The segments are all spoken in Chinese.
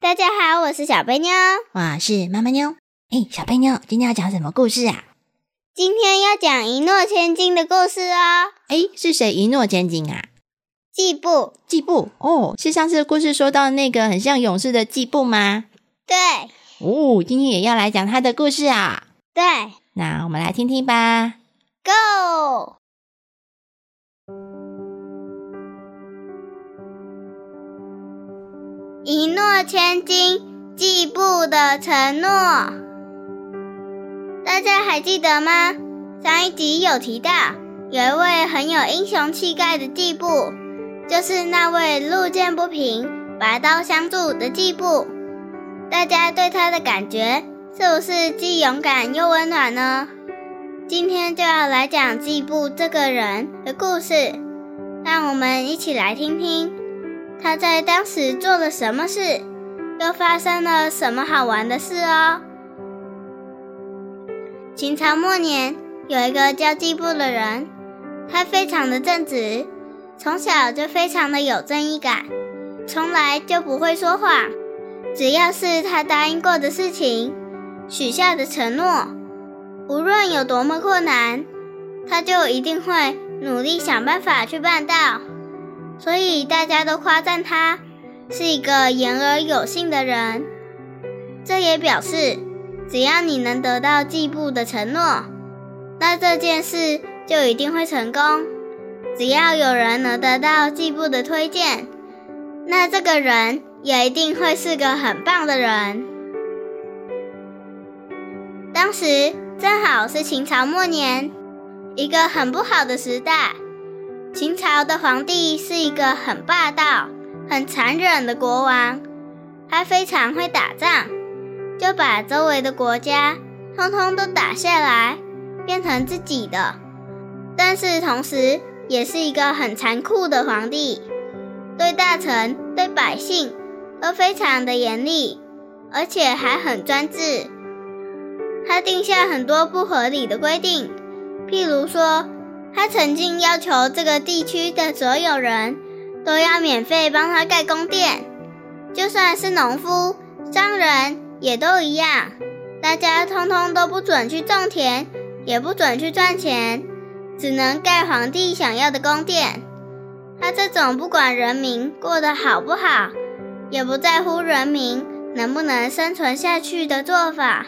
大家好，我是小贝妞。我是妈妈妞。哎，小贝妞，今天要讲什么故事啊？今天要讲一诺千金的故事哦。哎，是谁一诺千金啊？季布，季布哦，是上次故事说到那个很像勇士的季布吗？对哦，今天也要来讲他的故事啊。对那我们来听听吧。 ，Go！一诺千金，季布的承诺，大家还记得吗？上一集有提到，有一位很有英雄气概的季布，就是那位路见不平、拔刀相助的季布。大家对他的感觉是不是既勇敢又温暖呢？今天就要来讲季布这个人的故事，让我们一起来听听他在当时做了什么事，又发生了什么好玩的事哦。秦朝末年，有一个叫季布的人，他非常的正直，从小就非常的有正义感，从来就不会说谎。只要是他答应过的事情，许下的承诺，无论有多么困难，他就一定会努力想办法去办到。所以大家都夸赞他是一个言而有信的人。这也表示，只要你能得到季布的承诺，那这件事就一定会成功。只要有人能得到季布的推荐，那这个人也一定会是个很棒的人。当时正好是秦朝末年，一个很不好的时代。秦朝的皇帝是一个很霸道、很残忍的国王，他非常会打仗，就把周围的国家通通都打下来，变成自己的。但是同时，也是一个很残酷的皇帝。对大臣、对百姓都非常的严厉，而且还很专制。他定下很多不合理的规定，譬如说，他曾经要求这个地区的所有人都要免费帮他盖宫殿，就算是农夫、商人也都一样，大家通通都不准去种田，也不准去赚钱，只能盖皇帝想要的宫殿。他这种不管人民过得好不好，也不在乎人民能不能生存下去的做法，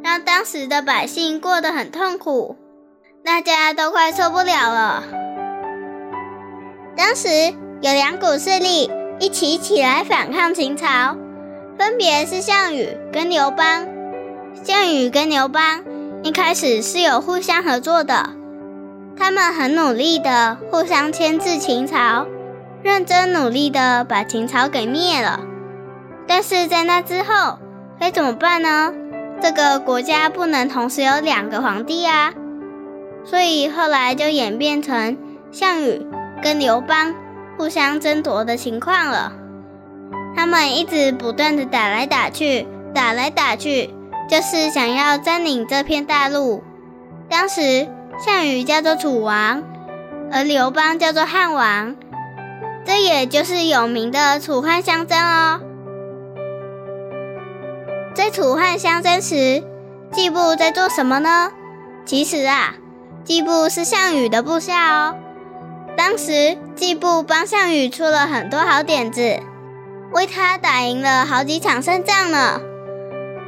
让当时的百姓过得很痛苦，大家都快受不了了。当时有两股势力一起起来反抗秦朝，分别是项羽跟刘邦。项羽跟刘邦一开始是有互相合作的，他们很努力的互相牵制秦朝，认真努力的把秦朝给灭了。但是在那之后该怎么办呢？这个国家不能同时有两个皇帝啊，所以后来就演变成项羽跟刘邦互相争夺的情况了。他们一直不断的打来打去，打来打去，就是想要占领这片大陆。当时项羽叫做楚王，而刘邦叫做汉王，这也就是有名的楚汉相争哦。在楚汉相争时，季布在做什么呢？其实啊，季布是项羽的部下哦。当时季布帮项羽出了很多好点子，为他打赢了好几场胜仗呢。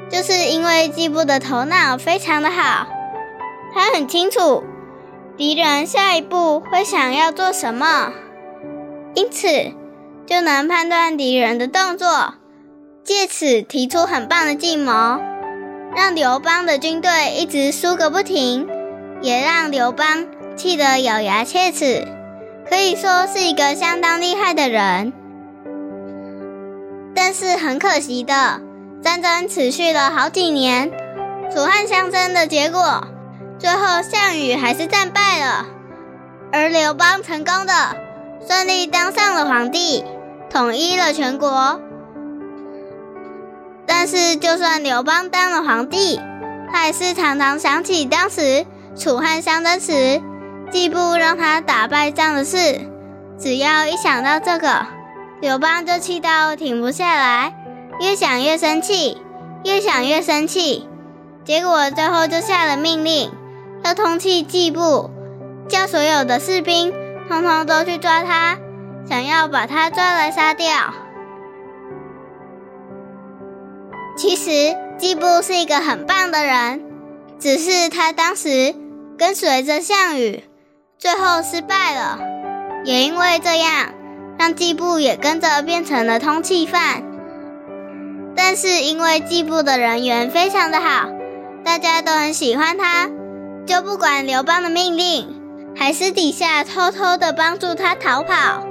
就是因为季布的头脑非常的好，他很清楚敌人下一步会想要做什么，因此就能判断敌人的动作，借此提出很棒的计谋，让刘邦的军队一直输个不停，也让刘邦气得咬牙切齿，可以说是一个相当厉害的人。是很可惜的，战争持续了好几年，楚汉相争的结果，最后项羽还是战败了，而刘邦成功的顺利当上了皇帝，统一了全国。但是，就算刘邦当了皇帝，他还是常常想起当时楚汉相争时，季布让他打败仗的事。只要一想到这个，刘邦就气到停不下来，越想越生气，越想越生气。结果最后就下了命令，要通缉季布，叫所有的士兵通通都去抓他，想要把他抓来杀掉。其实季布是一个很棒的人，只是他当时跟随着项羽，最后失败了。也因为这样，让季布也跟着变成了通缉犯。但是因为季布的人缘非常的好，大家都很喜欢他，就不管刘邦的命令，还私底下偷偷的帮助他逃跑，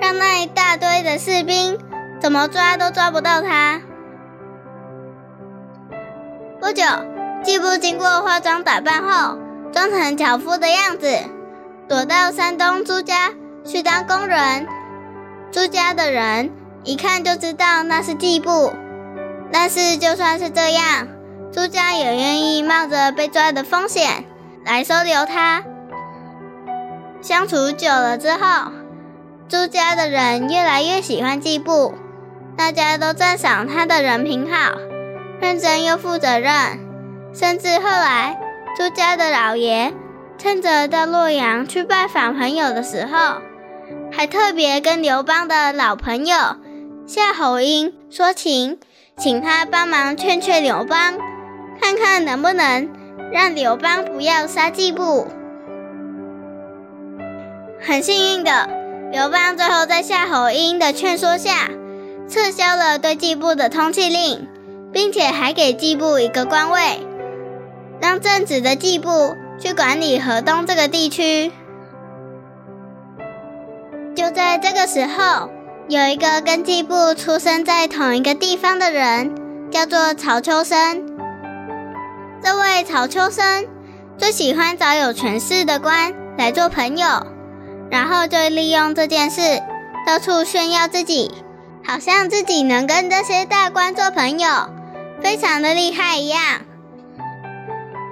让那一大堆的士兵怎么抓都抓不到他。不久，季布经过化妆打扮后，装成樵夫的样子，躲到山东朱家去当工人。朱家的人一看就知道那是季布，但是就算是这样，朱家也愿意冒着被抓的风险来收留他。相处久了之后，朱家的人越来越喜欢季布，大家都赞赏他的人品好。认真又负责任，甚至后来朱家的老爷趁着到洛阳去拜访朋友的时候，还特别跟刘邦的老朋友夏侯婴说情，请他帮忙劝劝刘邦，看看能不能让刘邦不要杀季布。很幸运的，刘邦最后在夏侯婴的劝说下，撤销了对季布的通缉令。并且还给季布一个官位，让正直的季布去管理河东这个地区。就在这个时候，有一个跟季布出生在同一个地方的人，叫做曹秋生。这位曹秋生最喜欢找有权势的官来做朋友，然后就利用这件事到处炫耀自己，好像自己能跟这些大官做朋友。非常的厉害一样。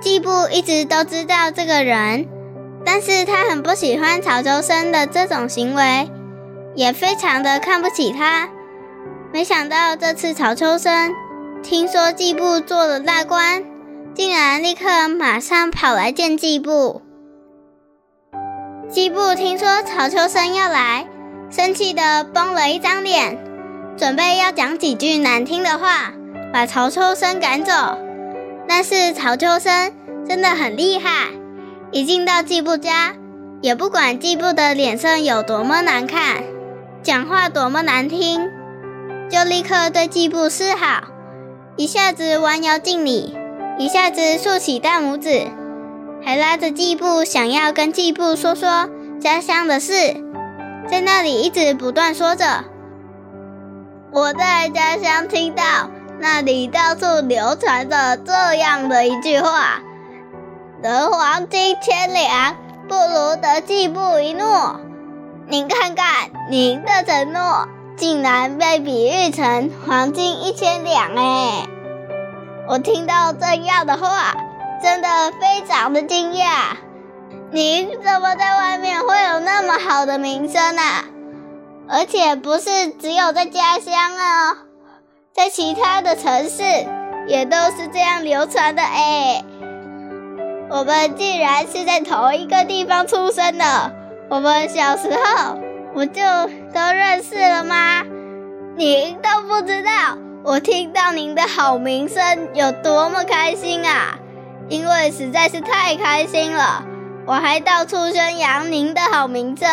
季布一直都知道这个人，但是他很不喜欢曹秋生的这种行为，也非常的看不起他。没想到这次曹秋生听说季布做了大官，竟然立刻马上跑来见季布。季布听说曹秋生要来，生气的绷了一张脸，准备要讲几句难听的话。把曹秋生赶走，但是曹秋生真的很厉害，一进到季布家，也不管季布的脸色有多么难看，讲话多么难听，就立刻对季布示好，一下子弯腰敬礼，一下子竖起大拇指，还拉着季布想要跟季布说说家乡的事，在那里一直不断说着，我在家乡听到。那里到处流传着这样的一句话：“得黄金千两，不如得季布一诺。”您看看，您的承诺竟然被比喻成黄金一千两哎！我听到这样的话，真的非常的惊讶。您怎么在外面会有那么好的名声啊？而且不是只有在家乡啊！在其他的城市也都是这样流传的哎。我们既然是在同一个地方出生的，我们小时候不就都认识了吗？您都不知道，我听到您的好名声有多么开心啊！因为实在是太开心了，我还到处宣扬您的好名声。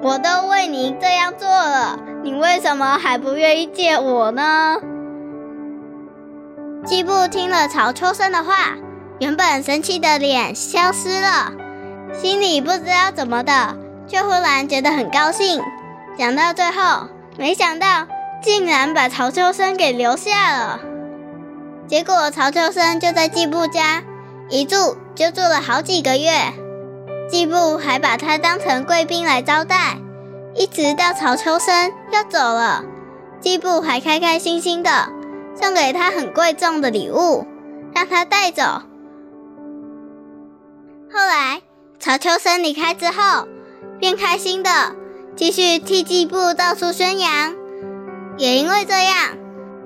我都为您这样做了。你为什么还不愿意见我呢？季布听了曹秋生的话，原本生气的脸消失了，心里不知道怎么的，却忽然觉得很高兴。讲到最后，没想到竟然把曹秋生给留下了。结果曹秋生就在季布家一住就住了好几个月，季布还把他当成贵宾来招待，一直到曹秋生要走了，季布还开开心心的送给他很贵重的礼物，让他带走。后来曹秋生离开之后，便开心的继续替季布到处宣扬。也因为这样，“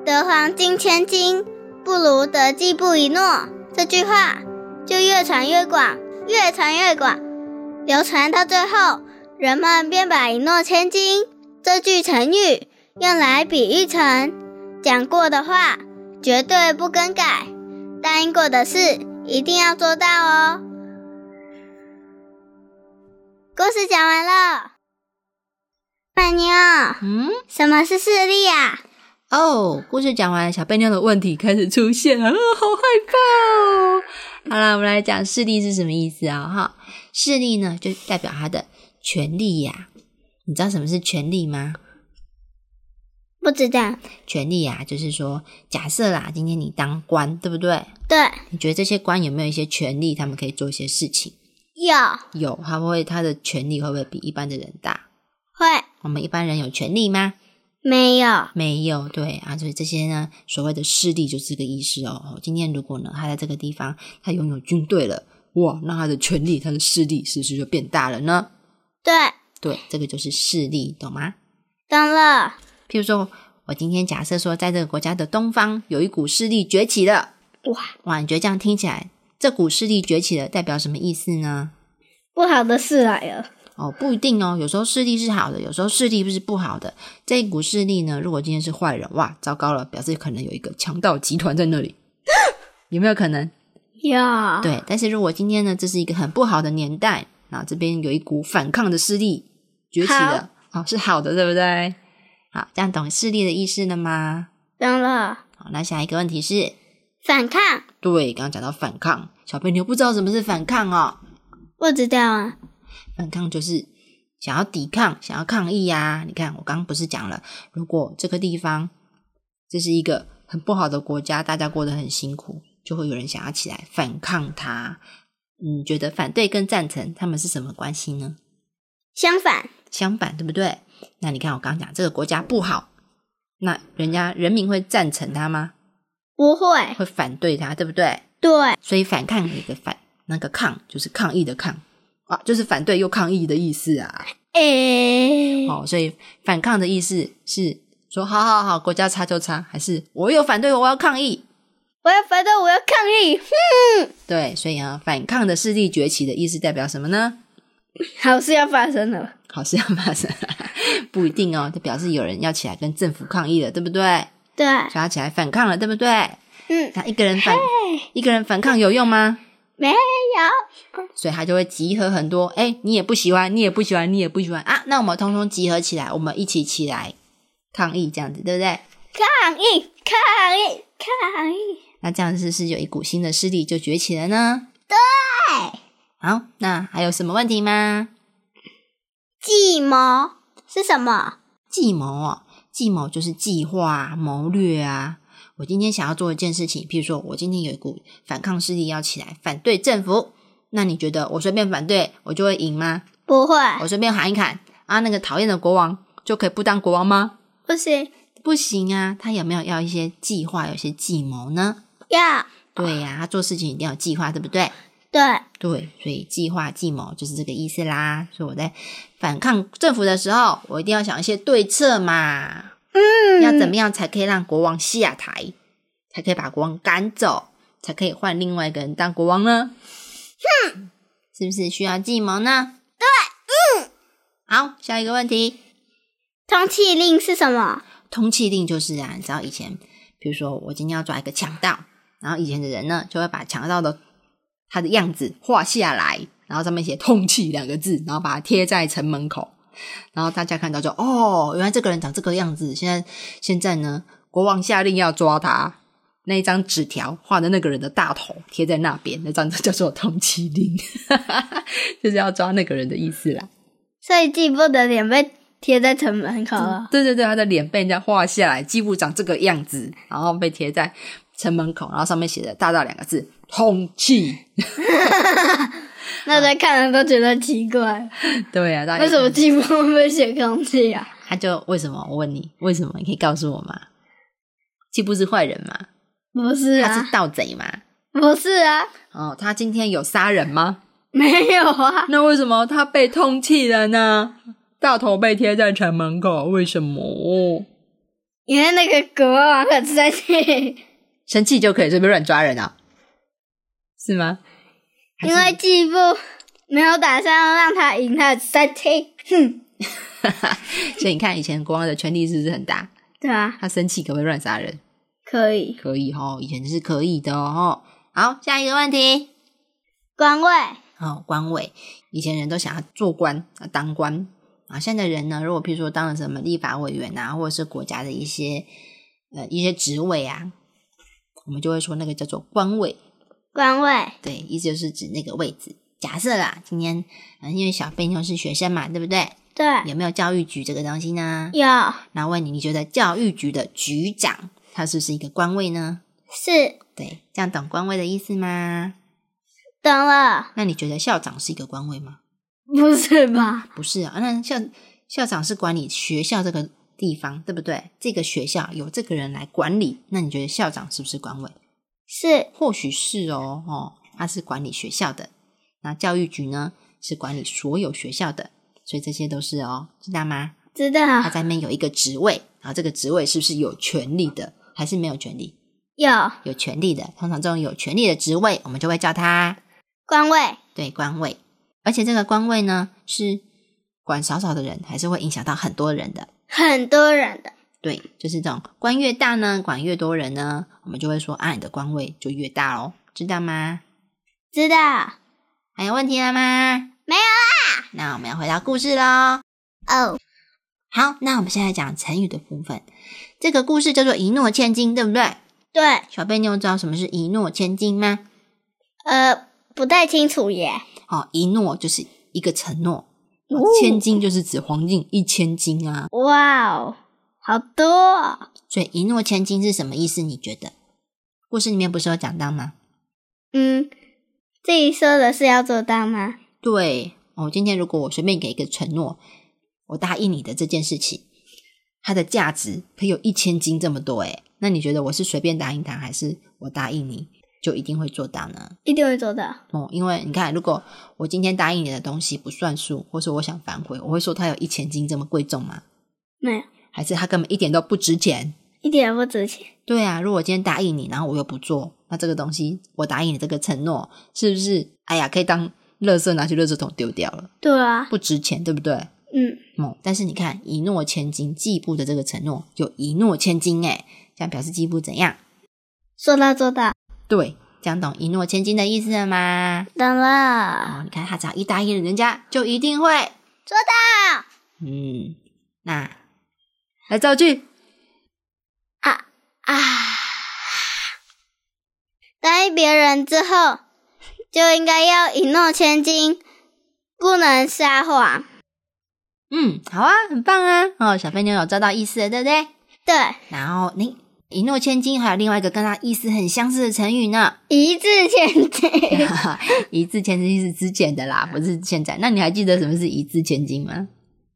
得黄金千金，不如得季布一诺”这句话就越传越广，越传越广，流传到最后，人们便把“一诺千金”这句成语用来比喻成讲过的话绝对不更改，答应过的事一定要做到哦。故事讲完了，曼妞。嗯，什么是视力啊？哦，故事讲完，小贝妞的问题开始出现了，啊好害怕哦！好啦，我们来讲视力是什么意思啊、哈，视力呢就代表他的权利呀、你知道什么是权利吗？不知道。权利呀、就是说，假设啦，今天你当官，对不对？对，你觉得这些官有没有一些权利，他们可以做一些事情？有有，他们会他的权利会不会比一般的人大？会我们一般人有权利吗？没有？没有，对啊，所以这些呢，所谓的势力就是这个意思哦。今天如果呢，他在这个地方他拥有军队了，哇，那他的权力、他的势力是不是就变大了呢？对，对，这个就是势力，懂吗？懂了。譬如说，我今天假设说，在这个国家的东方有一股势力崛起了，哇，哇，你觉得这样听起来，这股势力崛起了代表什么意思呢？不好的事来了。哦，不一定哦，有时候势力是好的，有时候势力不是不好的。这一股势力呢，如果今天是坏人，哇，糟糕了，表示可能有一个强盗集团在那里， 有没有可能？有，对，但是如果今天呢，这是一个很不好的年代，那这边有一股反抗的势力崛起了，哦，是好的，对不对？好，这样懂势力的意思了吗？懂了。好，那下一个问题是，反抗？对，刚刚讲到反抗，小朋友不知道什么是反抗哦。不知道啊。反抗就是想要抵抗、想要抗议呀、你看，我刚刚不是讲了，如果这个地方这是一个很不好的国家，大家过得很辛苦，就会有人想要起来反抗它。你觉得反对跟赞成他们是什么关系呢？相反，相反，对不对？那你看，我刚刚讲这个国家不好，那人家人民会赞成他吗？不会。会反对他，对不对？对，所以反抗有一个反，那个抗就是抗议的抗啊，就是反对又抗议的意思啊。诶、哦，所以反抗的意思是说，好好好，国家差就差，还是我有反对，我要抗议。我要反对，我要抗议。对，所以啊，反抗的势力崛起的意思代表什么呢？ 好事要发生了。好 事要发生，不一定哦，这表示有人要起来跟政府抗议了，对不对？对，所以他起来反抗了，对不对？嗯，那一个人反一个人反抗有用吗？没有。所以他就会集合很多，哎，你也不喜欢，你也不喜欢，你也不喜欢啊，那我们通通集合起来，我们一起起来抗议，这样子，对不对？抗议，抗议，抗议。那这样是不是有一股新的势力就崛起了呢？哎，好，那还有什么问题吗？计谋是什么？计谋哦，计谋就是计划啊、谋略啊。我今天想要做一件事情，譬如说我今天有一股反抗势力要起来反对政府，那你觉得我随便反对我就会赢吗？不会，我随便喊一喊啊，那个讨厌的国王就可以不当国王吗？不行，不行啊，他有没有要一些计划，有一些计谋呢？要对呀、他做事情一定要有计划，对不对？对。对，所以计划计谋就是这个意思啦。所以我在反抗政府的时候，我一定要想一些对策嘛。嗯，要怎么样才可以让国王下台，才可以把国王赶走，才可以换另外一个人当国王呢？是不是需要计谋呢？对，嗯。好，下一个问题，通气令是什么？通缉令就是啊，你知道以前，比如说我今天要抓一个强盗，然后以前的人呢就会把强盗的他的样子画下来，然后上面写“通缉”两个字，然后把它贴在城门口，然后大家看到就哦，原来这个人长这个样子。现在现在呢，国王下令要抓他，那一张纸条画的那个人的大头贴在那边，那张就叫做通缉令，就是要抓那个人的意思啦。所以季布的脸被贴在城门口了。对对对，他的脸被人家画下来，季部长这个样子，然后被贴在城门口，然后上面写着大大两个字“通气那在看的都觉得奇怪，”。对啊，大家为什么季风会被写空气啊？他就为什么？我问你，为什么？你可以告诉我吗？季布是坏人吗？不是他啊是，盗贼吗？不是啊，哦，他今天有杀人吗？ 没有啊，那为什么他被通气了呢？大头被贴在城门口，为什么？因为那个啊国王很生气，生气就可以随便乱抓人啊？是吗？ 还是因为季布没有打算让他赢，他很生气。哼，所以你看，以前国王的权力是不是很大？ 对啊，他生气可不可以乱杀人？可以。可以哦，以前是可以的哦。好，下一个问题。官位哦，官位，以前人都想要做官啊，当官啊。现在人呢，如果譬如说当了什么立法委员啊，或者是国家的一些呃一些职位啊，我们就会说那个叫做官位。官位，对，意思就是指那个位置。假设啦，今天嗯、呃因为小贝妞是学生嘛，对不对？对，有没有教育局这个东西呢？有那问你，你觉得教育局的局长他是不是一个官位呢？是对，这样懂官位的意思吗？懂了，那你觉得校长是一个官位吗？不是吧？不是啊，那校校长是管理学校这个地方，对不对？这个学校有这个人来管理，那你觉得校长是不是官位？是或许是哦，哦，他是管理学校的。那教育局呢，是管理所有学校的，所以这些都是哦，知道吗？知道他在那边有一个职位，然后这个职位是不是有权利的，还是没有权利？有有权利的，通常这种有权利的职位，我们就会叫他官位，对官位，而且这个官位呢是管少少的人，还是会影响到很多人的。很多人的对，就是这种官越大呢，管越多人呢，我们就会说啊，你的官位就越大哦，知道吗？知道还有问题了吗？没有啊啦。那我们要回到故事喽。哦。好，那我们现在讲成语的部分。这个故事叫做一诺千金，对不对？对，小贝妞知道什么是一诺千金吗？呃，不太清楚耶。哦，一诺就是一个承诺，哦哦千金就是指黄金一千金啊。哇哦，好多哦、所以一诺千金是什么意思？你觉得？故事里面不是有讲到吗？嗯，自己说的是要做到吗？对，哦，今天如果我随便给一个承诺，我答应你的这件事情，它的价值可以有一千金这么多诶，那你觉得我是随便答应他，还是我答应你就一定会做到呢？一定会做到。哦，因为你看，如果我今天答应你的东西不算数，或是我想反悔，我会说它有一千金这么贵重吗？没有，还是它根本一点都不值钱？一点也不值钱。对啊，如果我今天答应你，然后我又不做，那这个东西我答应你这个承诺，是不是？哎呀，可以当垃圾拿去垃圾桶丢掉了，对啊，不值钱，对不对？嗯，嗯，但是你看一诺千金，季布的这个承诺有一诺千金，哎，这样表示季布怎样？说到做到，对，这样懂一诺千金的意思了吗？懂了，哦，你看他只要一答应人家，就一定会做到嗯，那来造句，啊啊！答应别人之后，就应该要一诺千金，不能撒谎。嗯，好啊，很棒啊，哦，小飞妞有抓到意思了，对不对？对，然后你一诺千金，还有另外一个跟它意思很相似的成 语呢， 一字千金。 一字千金是之前的啦，不是现在。那你还记得什么是一字千金吗？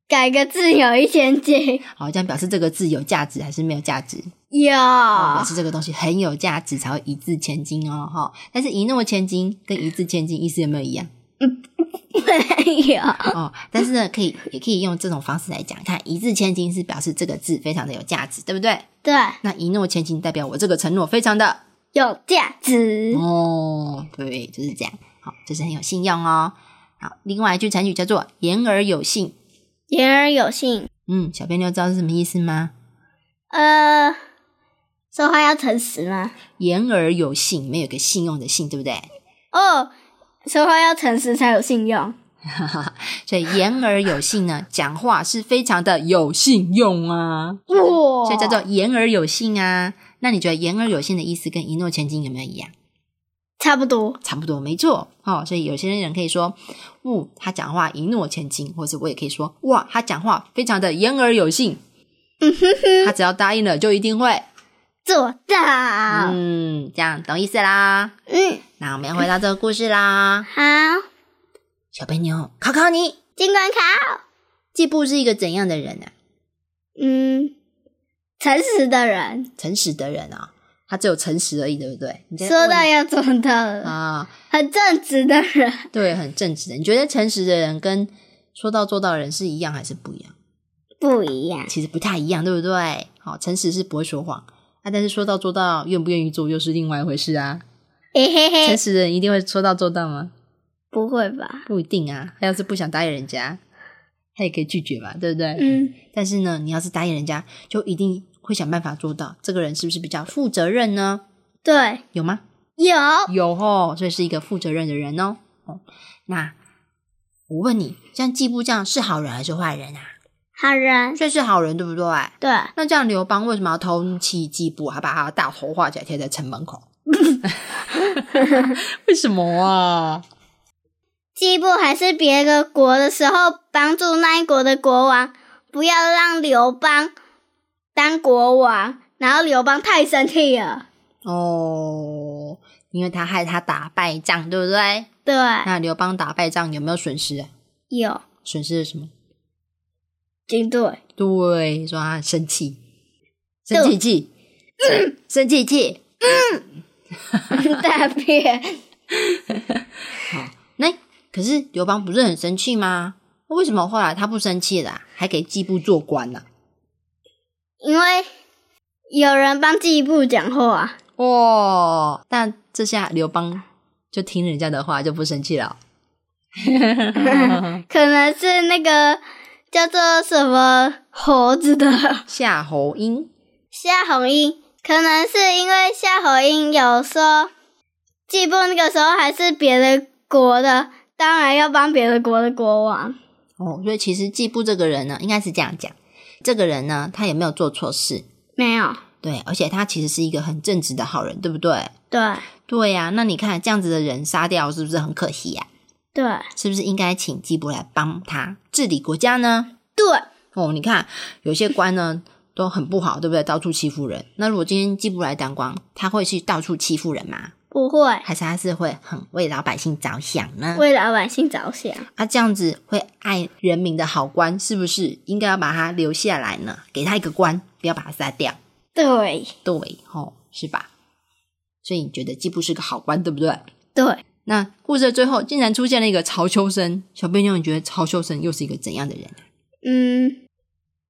改个字有一千金，好，这样表示这个字有价值还是没有价值？哦有啊表示这个东西很有价值才会一字千金哦，哈、但是一诺千金跟一字千金意思有没有一样？没有？哦，但是呢，可以也可以用这种方式来讲，看一字千金是表示这个字非常的有价值，对不对？ 对，那一诺千金代表我这个承诺非常的有价值。哦，对，就是这样，好，就是很有信用哦。好，另外一句成语叫做言而有信，言而有信，嗯，小编妞知道是什么意思吗？呃，说话要诚实吗？言而有信，没有个信用的信，对不对？哦，说话要诚实才有信用。所以言而有信呢，讲话是非常的有信用啊，哇，所以叫做言而有信啊。那你觉得言而有信的意思跟一诺千金有没有一样？差不多。差不多，没错哦。所以有些人可以说，呜、他讲话一诺千金，或者我也可以说，哇，他讲话非常的言而有信。嗯他只要答应了，就一定会。做到。嗯，这样懂意思啦。嗯，那我们要回到这个故事啦。好，小贝妞，考考你，尽管考。季布是一个怎样的人啊？嗯，诚实的人诚实的人啊、他只有诚实而已，对不对？你在说到问要做到了，啊，很正直的人对，很正直的。你觉得诚实的人跟说到做到的人是一样还是不一样？不一样。其实不太一样，对不对？好，诚实是不会说谎，啊，但是说到做到，愿不愿意做又是另外一回事啊。嘿嘿诚嘿，实的人一定会说到做到吗？不会吧？不一定啊。他要是不想答应人家，他也可以拒绝嘛，对不对？嗯，但是呢，你要是答应人家，就一定会想办法做到。这个人是不是比较负责任呢？对，有吗？有有哦，所以是一个负责任的人哦。哦，那我问你，像季布这样是好人还是坏人啊？好人，所以是好人，对不对？对，那这样刘邦为什么要通缉季布，还把他的大头画起来贴在城门口？ 为什么啊？季布还是别个国的时候，帮助那一国的国王，不要让刘邦当国王，然后刘邦太生气了。哦，因为他害他打败仗，对不对？对，那刘邦打败仗有没有损失啊？有损失了什么？军队，对，说他生气，生气气，生气气。 大便，那可是刘邦不是很生气吗？那为什么后来他不生气了啊、还给季布做官啊呢、因为有人帮季布讲话，哦，但这下刘邦就听人家的话，就不生气了哦。可能是那个叫做什么猴子的 夏侯婴夏侯婴，可能是因为夏侯婴有说，季布那个时候还是别的国的，当然要帮别的国的国王。哦，所以其实季布这个人呢，应该是这样讲：这个人呢，他也没有做错事，没有，对，而且他其实是一个很正直的好人，对不对？对对呀、那你看这样子的人杀掉，是不是很可惜呀、对是不是应该请季布来帮他治理国家呢？对，哦，你看有些官呢都很不好，对不对？到处欺负人。那如果今天季布来当官，他会去到处欺负人吗？不会还是他是会很为老百姓着想呢？为老百姓着想，他、这样子会爱人民的好官，是不是应该要把他留下来呢？给他一个官，不要把他杀掉。对对，吼、是吧？所以你觉得季布是个好官，对不对？对，那故事的最后竟然出现了一个曹秋生，小贝妞，你觉得曹秋生又是一个怎样的人？嗯，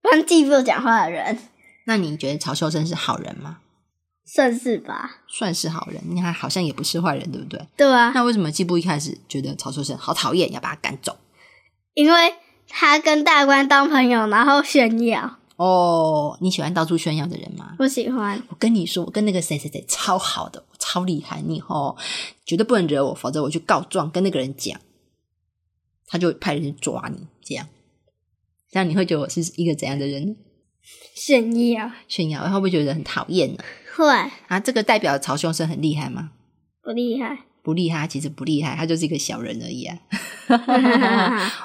帮季布讲话的人那你觉得曹秋生是好人吗？算是吧？算是好人，你看好像也不是坏人，对不对？对啊，那为什么季布一开始觉得曹秋生好讨厌，要把他赶走？因为他跟大官当朋友，然后炫耀，哦，你喜欢到处炫耀的人吗？不喜欢。我跟你说，我跟那个谁谁谁超好的，我超厉害，你哦绝对不能惹我，否则我去告状，跟那个人讲，他就派人去抓你，这样，这样你会觉得我是一个怎样的人呢？炫耀炫耀，会不会觉得很讨厌呢？会啊，这个代表曹秋生很厉害吗？不厉 害，不厉害，其实不厉害，他就是一个小人而已啊。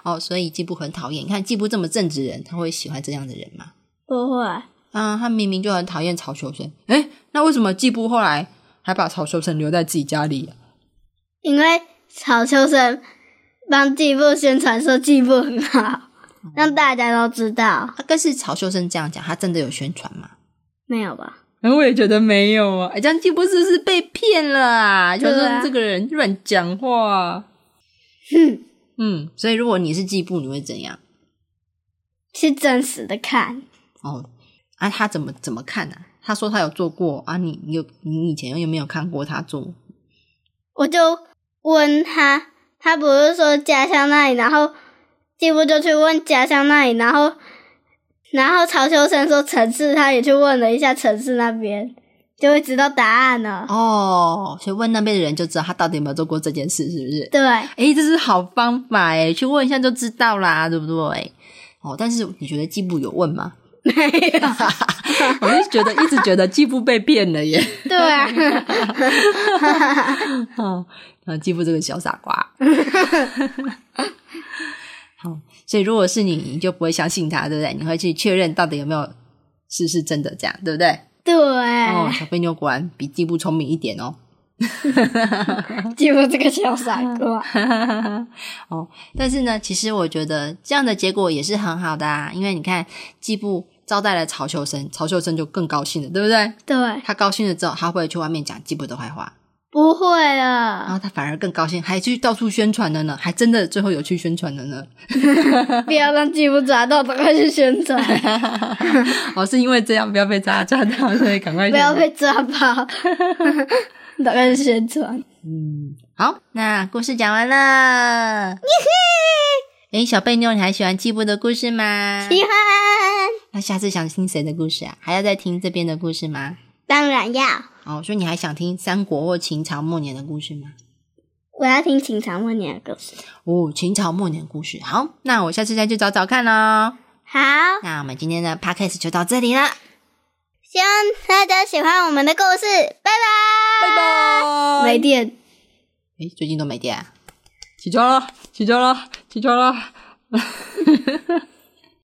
哦，所以季布很讨厌。你看季布这么正直人，他会喜欢这样的人吗？不会，啊，他明明就很讨厌曹秋生，诶，那为什么季布后来还把曹秋生留在自己家里、啊？因为曹秋生帮季布宣传说季布很好，让大家都知道，啊，但是曹秋生这样讲，他真的有宣传吗？没有吧？然后哎我也觉得没有啊，哎，这样季布是不是被骗了啊？就对啊是这个人乱讲话 啊。哼，嗯，所以如果你是季布，你会怎样？去真实的看，哦，啊，他怎么怎么看呢、啊？他说他有做过啊，你你有你以前有没有看过他做？我就问他，他不是说家乡那里，然后季布就去问家乡那里，然后然后曹秋生说城市，他也去问了一下城市那边，就会知道答案了。哦，所以问那边的人就知道他到底有没有做过这件事，是不是？对，诶，这是好方法诶，去问一下就知道啦，对不对？哦，但是你觉得季布有问吗？ 没有，我就觉得一直觉得继父被骗了耶。对啊，哦，然后继父这个小傻瓜。 好，所以如果是你，你就不会相信他，对不对？你会去确认到底有没有是是真的，这样对不对？对，哦，小笨妞果然比继父聪明一点哦。记住这个小傻瓜。哦，但是呢，其实我觉得这样的结果也是很好的啊，因为你看季布招待了曹秀生，曹秀生就更高兴了，对不对？对，他高兴了之后，他会不会去外面讲季布的坏话，不会然了，后他反而更高兴，还去到处宣传了呢，还真的最后有去宣传了呢。 不要让继父抓到，赶快去宣传，哦，是因为这样不要被抓抓到，所以赶快去不要被抓包，赶快去宣传。嗯，好，那故事讲完了。诶，小贝妞，你还喜欢季布的故事吗？喜欢，那下次想听谁的故事啊？还要再听这边的故事吗？当然要，哦，所以你还想听三国或秦朝末年的故事吗？我要听秦朝末年的故事。哦，秦朝末年的故事，好，那我下次再去找找看喽。好，那我们今天的 podcast 就到这里了，希望大家喜欢我们的故事，拜拜。拜没电，诶，最近都没电啊、起床了，起床了，起床了。